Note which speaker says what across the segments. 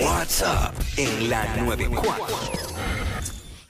Speaker 1: WhatsApp en la 94.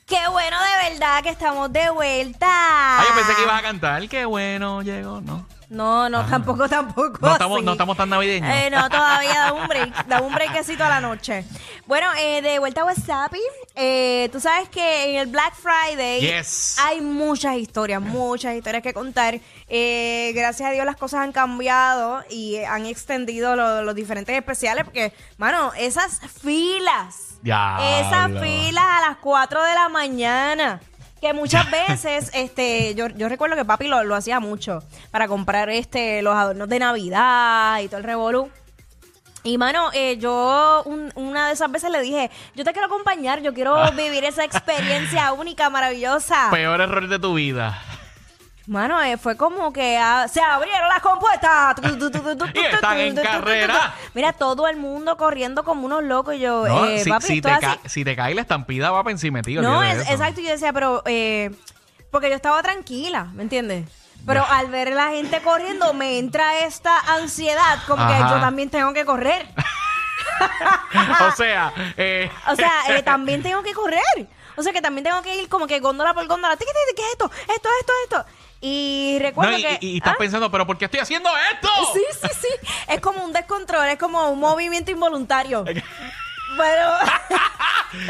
Speaker 2: Qué bueno de verdad que estamos de vuelta.
Speaker 3: Ah, yo pensé que ibas a cantar. Qué bueno, llegó, ¿no?
Speaker 2: No, no, tampoco, tampoco.
Speaker 3: No estamos,
Speaker 2: así.
Speaker 3: no estamos tan navideños.
Speaker 2: Oh, Eh, no, todavía da un break, da un breakcito a la noche. Bueno, eh, de vuelta a WhatsApp, eh, tú sabes que en el Black Friday
Speaker 3: Yes.
Speaker 2: hay muchas historias, muchas historias que contar. Eh, gracias a Dios las cosas han cambiado y han extendido lo- los diferentes especiales porque, mano, esas filas,
Speaker 3: Diablo.
Speaker 2: esas filas a las 4 de la mañana. Que muchas veces, este, yo, yo recuerdo que papi lo, lo hacía mucho para comprar este los adornos de Navidad y todo el revolú. Y mano, eh, yo un- una de esas veces le dije, yo te quiero acompañar, yo
Speaker 3: Ah.
Speaker 2: quiero vivir esa experiencia única, maravillosa.
Speaker 3: Peor error de tu vida.
Speaker 2: Mano, eh, fue como que ah, se abrieron las compuestas. Tu, tu, tu, tu, tu,
Speaker 3: Y
Speaker 2: tu,
Speaker 3: están
Speaker 2: tu,
Speaker 3: en
Speaker 2: tu, tu, tu,
Speaker 3: carrera.
Speaker 2: tu. Mira, todo el mundo corriendo como unos locos. y Yo,
Speaker 3: No,
Speaker 2: eh,
Speaker 3: si,
Speaker 2: papi,
Speaker 3: si
Speaker 2: esto
Speaker 3: te
Speaker 2: es
Speaker 3: ca-
Speaker 2: así.
Speaker 3: si te cae la estampida, va para encima, tío.
Speaker 2: No,
Speaker 3: olvídate
Speaker 2: es-
Speaker 3: de eso.
Speaker 2: exacto. Yo decía, pero. eh, porque yo estaba tranquila, ¿me entiendes? Pero al ver la gente corriendo, me entra esta ansiedad, como que
Speaker 3: Ajá.
Speaker 2: yo también tengo que correr.
Speaker 3: o sea, eh,
Speaker 2: O sea, eh, también tengo que correr. O sea, que también tengo que ir como que góndola por góndola. Tiqui, tiqui, ¿Qué es esto? Esto, esto, esto. Y recuerdo
Speaker 3: no, y,
Speaker 2: que.
Speaker 3: y- y estás
Speaker 2: ¿Ah?
Speaker 3: pensando, ¿pero por qué estoy haciendo esto?
Speaker 2: Sí, sí, sí. Es como un descontrol, es como un movimiento involuntario. Pero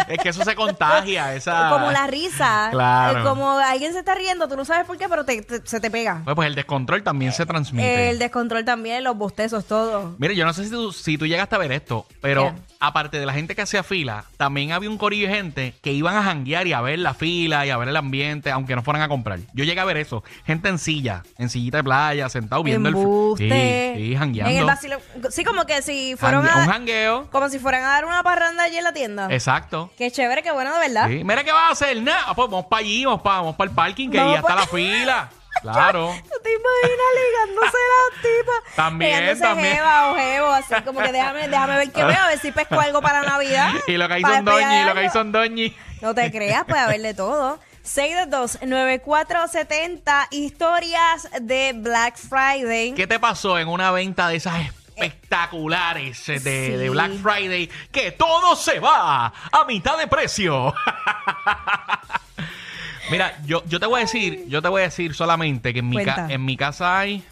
Speaker 3: Es que eso se contagia, esa.
Speaker 2: como la risa,
Speaker 3: Claro.
Speaker 2: eh, como alguien se está riendo, tú no sabes por qué, pero te- te- se te pega.
Speaker 3: Pues, pues el descontrol también se transmite.
Speaker 2: El descontrol también, los bostezos, todo.
Speaker 3: Mire, yo no sé si tú, si tú llegaste a ver esto, pero
Speaker 2: ¿Qué?
Speaker 3: aparte de la gente que hacía fila, también había un corillo de gente que iban a janguear y a ver la fila y a ver el ambiente, aunque no fueran a comprar. Yo llegué a ver eso. Gente en silla, en sillita de playa, sentado Oh, viendo
Speaker 2: Embuste.
Speaker 3: el... Sí, sí,
Speaker 2: En el
Speaker 3: jangueando.
Speaker 2: vacilo- sí, como que si fueron
Speaker 3: Jangue-
Speaker 2: a, Ah.
Speaker 3: Un jangueo.
Speaker 2: como si fueran a dar una parranda allí en la tienda.
Speaker 3: Exacto.
Speaker 2: Qué chévere, qué bueno, de verdad.
Speaker 3: Sí. Mira, ¿qué vas a hacer? Nada, pues vamos para allí, vamos para vamos pa el parking, que
Speaker 2: Vamos
Speaker 3: ahí está
Speaker 2: pa-
Speaker 3: la fila. Claro.
Speaker 2: ¿Tú te imaginas ligándose las tipas?
Speaker 3: También,
Speaker 2: Ligándose
Speaker 3: también.
Speaker 2: jeva o jevo, así como que déjame, déjame ver qué veo, a ver si pesco algo para Navidad.
Speaker 3: Y lo que hay
Speaker 2: para
Speaker 3: son doñi, y lo que hay
Speaker 2: despegarlo.
Speaker 3: son doñi.
Speaker 2: No te creas, puede haber de todo. 622-9470, historias de Black Friday.
Speaker 3: ¿Qué te pasó en una venta de esas espectaculares de,
Speaker 2: sí.
Speaker 3: de Black Friday? Que todo se va a mitad de precio. Mira, yo, yo te voy a decir, yo te voy a decir solamente que en mi, ca-
Speaker 2: Cuenta.
Speaker 3: en mi casa hay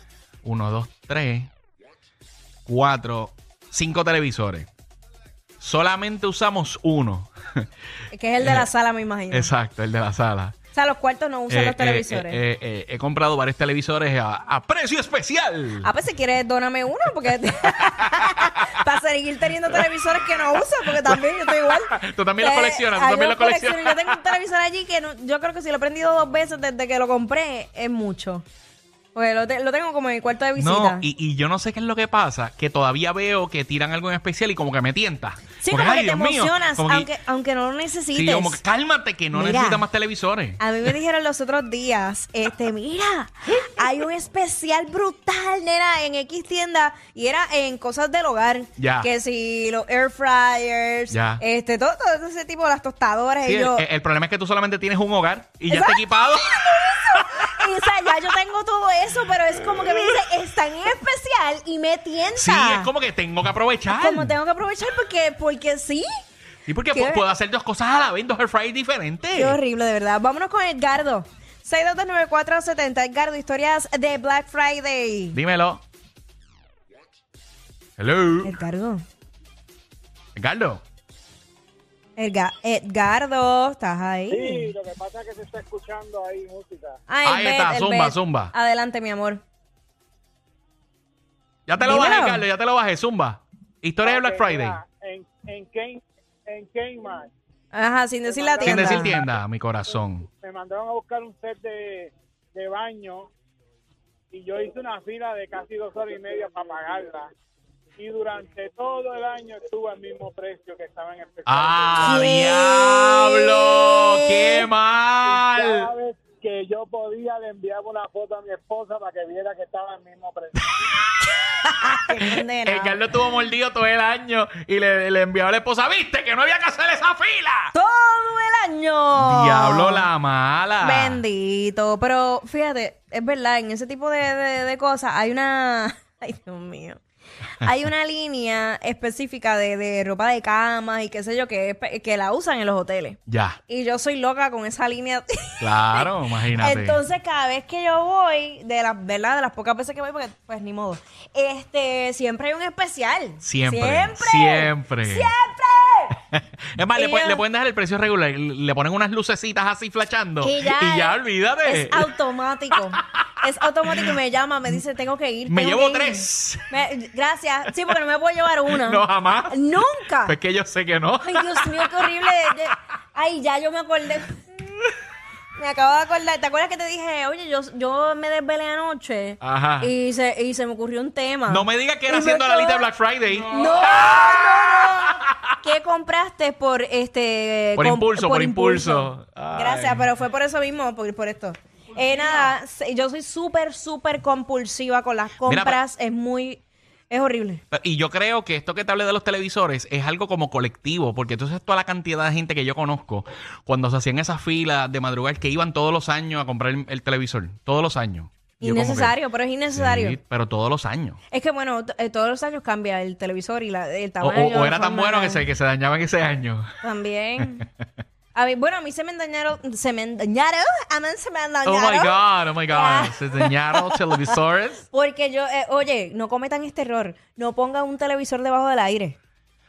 Speaker 3: uno, dos, tres, cuatro, cinco televisores. Solamente usamos uno.
Speaker 2: Que es el de
Speaker 3: Eh,
Speaker 2: la sala, me imagino.
Speaker 3: Exacto, el de la sala.
Speaker 2: O sea, los cuartos no usan
Speaker 3: Eh,
Speaker 2: los
Speaker 3: eh,
Speaker 2: televisores.
Speaker 3: eh, eh, eh, he comprado varios televisores a, a precio especial.
Speaker 2: Ah, pues si quieres, dóname uno, porque. para seguir teniendo televisores que no usa, porque también yo estoy igual.
Speaker 3: Tú también los
Speaker 2: Eh,
Speaker 3: coleccionas, tú
Speaker 2: ah, yo
Speaker 3: también los
Speaker 2: los colecciono.
Speaker 3: coleccionas.
Speaker 2: Yo tengo un televisor allí que no- yo creo que si lo he prendido dos veces desde que lo compré, es mucho. Porque lo, te- lo tengo como en mi cuarto de visita.
Speaker 3: No, y, y yo no sé qué es lo que pasa, que todavía veo que tiran algo en especial y como que me tienta.
Speaker 2: sí,
Speaker 3: Porque,
Speaker 2: como
Speaker 3: ay,
Speaker 2: que te
Speaker 3: Dios mío,
Speaker 2: emocionas,
Speaker 3: como que-
Speaker 2: aunque, aunque no lo
Speaker 3: sí,
Speaker 2: necesites.
Speaker 3: como que cálmate, que no
Speaker 2: Mira. Ah,
Speaker 3: necesita más televisores.
Speaker 2: A mí me dijeron los otros días, este, mira, hay un especial brutal, nena, en X tienda y era en cosas del hogar.
Speaker 3: Ya.
Speaker 2: Que si los air fryers,
Speaker 3: Ya.
Speaker 2: este, todo, todo ese tipo, las tostadoras
Speaker 3: Sí, eh,
Speaker 2: y
Speaker 3: el,
Speaker 2: yo.
Speaker 3: el- el problema es que tú solamente tienes un hogar y ya está equipado. eh.
Speaker 2: y, o sea, ya yo tengo todo eso, pero es como que me dice, es tan especial y me tienta.
Speaker 3: Sí, es como que tengo que aprovechar.
Speaker 2: Como tengo que aprovechar porque, porque sí.
Speaker 3: Sí, porque
Speaker 2: Qué-
Speaker 3: pu- puedo hacer dos cosas a la vez, dos air fryers diferentes.
Speaker 2: Qué horrible, de verdad. Vámonos con Edgardo. 629470, Edgardo, historias de Black Friday.
Speaker 3: Dímelo. Hello.
Speaker 2: Edgardo.
Speaker 3: Ricardo.
Speaker 2: Edga- Edgardo, ¿estás ahí?
Speaker 4: Sí, lo que pasa es que se está escuchando ahí música.
Speaker 2: Ah,
Speaker 3: Ahí
Speaker 2: el
Speaker 3: está,
Speaker 2: el
Speaker 3: zumba, zumba.
Speaker 2: Adelante, mi amor.
Speaker 3: Ya te lo
Speaker 2: Dímelo.
Speaker 3: bajé, Carlos, ya te lo bajé. Zumba. Historia de Black
Speaker 4: Ok,
Speaker 3: Friday.
Speaker 4: mira, En, en, Kane- en Kmart
Speaker 2: Ajá, sin decir la
Speaker 3: Sin
Speaker 2: tienda.
Speaker 3: decir tienda, mi corazón.
Speaker 4: me mandaron a buscar un set de, de baño y yo hice una fila de casi dos horas y media para pagarla. Y durante todo el año estuvo al mismo precio que estaba en especial.
Speaker 3: ¡Ah,
Speaker 2: ¿Qué?
Speaker 3: diablo! ¡Qué
Speaker 4: Y
Speaker 3: mal!
Speaker 4: cada vez que yo podía le enviaba una foto a mi esposa para que viera que estaba al mismo precio.
Speaker 2: Qué condena.
Speaker 3: El Carlos estuvo mordido todo el año y le, le envió a la esposa, ¿viste? Que no había que hacer esa fila.
Speaker 2: Todo el año.
Speaker 3: Diablo la mala.
Speaker 2: Bendito. Pero fíjate, es verdad, en ese tipo de, de- de cosas hay una. Ay, Dios mío. hay una línea específica de, de ropa de cama y qué sé yo que, es pe- que la usan en los hoteles.
Speaker 3: Ya.
Speaker 2: Y yo soy loca con esa línea.
Speaker 3: Claro, imagínate.
Speaker 2: Entonces, cada vez que yo voy, de las, ¿verdad? De las pocas veces que voy, porque pues ni modo. Este, siempre hay un especial.
Speaker 3: Siempre,
Speaker 2: Siempre.
Speaker 3: siempre.
Speaker 2: Siempre.
Speaker 3: es más, le,
Speaker 2: Y
Speaker 3: pon-
Speaker 2: yo-
Speaker 3: le pueden dejar el precio regular, le ponen unas lucecitas así flachando.
Speaker 2: Y ya, es-
Speaker 3: olvídate.
Speaker 2: Es automático. es automático y me llama, me dice, tengo que ir.
Speaker 3: Me
Speaker 2: tengo
Speaker 3: llevo
Speaker 2: que ir".
Speaker 3: tres.
Speaker 2: Me- gracias. Sí, porque no me puedo llevar una.
Speaker 3: No, jamás.
Speaker 2: Nunca.
Speaker 3: Pues que yo sé que no.
Speaker 2: Ay, Dios mío, qué horrible. De- de- Ay, ya yo me acordé. Me acabo de acordar. ¿Te acuerdas que te dije, oye, yo, yo me desvelé anoche?
Speaker 3: Ajá.
Speaker 2: Y se, y se me ocurrió un tema.
Speaker 3: No me digas que era
Speaker 2: Y me
Speaker 3: haciendo la lista
Speaker 2: acabo-
Speaker 3: de Black Friday.
Speaker 2: No, no, no. ¿Qué compraste por este.
Speaker 3: Por
Speaker 2: com-
Speaker 3: impulso, por impulso. Ay.
Speaker 2: Gracias, pero fue por eso mismo, por, por esto. Eh, nada, se- yo soy súper, súper compulsiva con las compras. es muy. Es horrible.
Speaker 3: Y yo creo que esto que te hablé de los televisores es algo como colectivo, porque entonces toda la cantidad de gente que yo conozco, cuando se hacían esas filas de madrugar, que iban todos los años a comprar el, el televisor, todos los años. Yo como que-
Speaker 2: Innecesario, pero es innecesario.
Speaker 3: Sí, pero todos los años.
Speaker 2: Es que bueno, t- eh, todos los años cambia el televisor y la, el
Speaker 3: O,
Speaker 2: tamaño.
Speaker 3: o- o era
Speaker 2: la
Speaker 3: tan
Speaker 2: forma.
Speaker 3: bueno que se, que se dañaban ese año.
Speaker 2: También. A mí, bueno, a mí se me dañaron, se me dañaron, a mí se me dañaron.
Speaker 3: Oh my God, oh my God.
Speaker 2: Ya.
Speaker 3: Se dañaron televisores.
Speaker 2: Porque yo, eh, oye, no cometan este error, no pongan un televisor debajo del aire.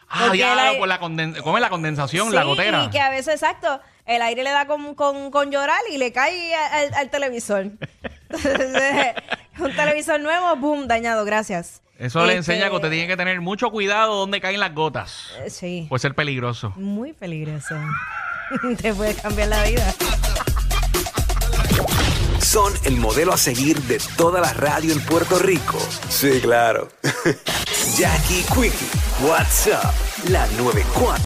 Speaker 3: Ah,
Speaker 2: Porque
Speaker 3: diablo,
Speaker 2: la-
Speaker 3: por la, conden- ¿cómo es la condensación, la
Speaker 2: Sí,
Speaker 3: gotera.
Speaker 2: Y que a veces, exacto, el aire le da con, con, con llorar y le cae al, al televisor. Entonces, un televisor nuevo, boom, dañado, gracias.
Speaker 3: Eso le
Speaker 2: Este,
Speaker 3: enseña que usted tiene que tener mucho cuidado donde caen las gotas.
Speaker 2: eh, Sí,
Speaker 3: Puede ser peligroso.
Speaker 2: muy peligroso. Te puede cambiar la vida.
Speaker 1: Son el modelo a seguir de toda la radio en Puerto Rico. Sí, claro. Jackie Quickie, WhatsApp, la 94.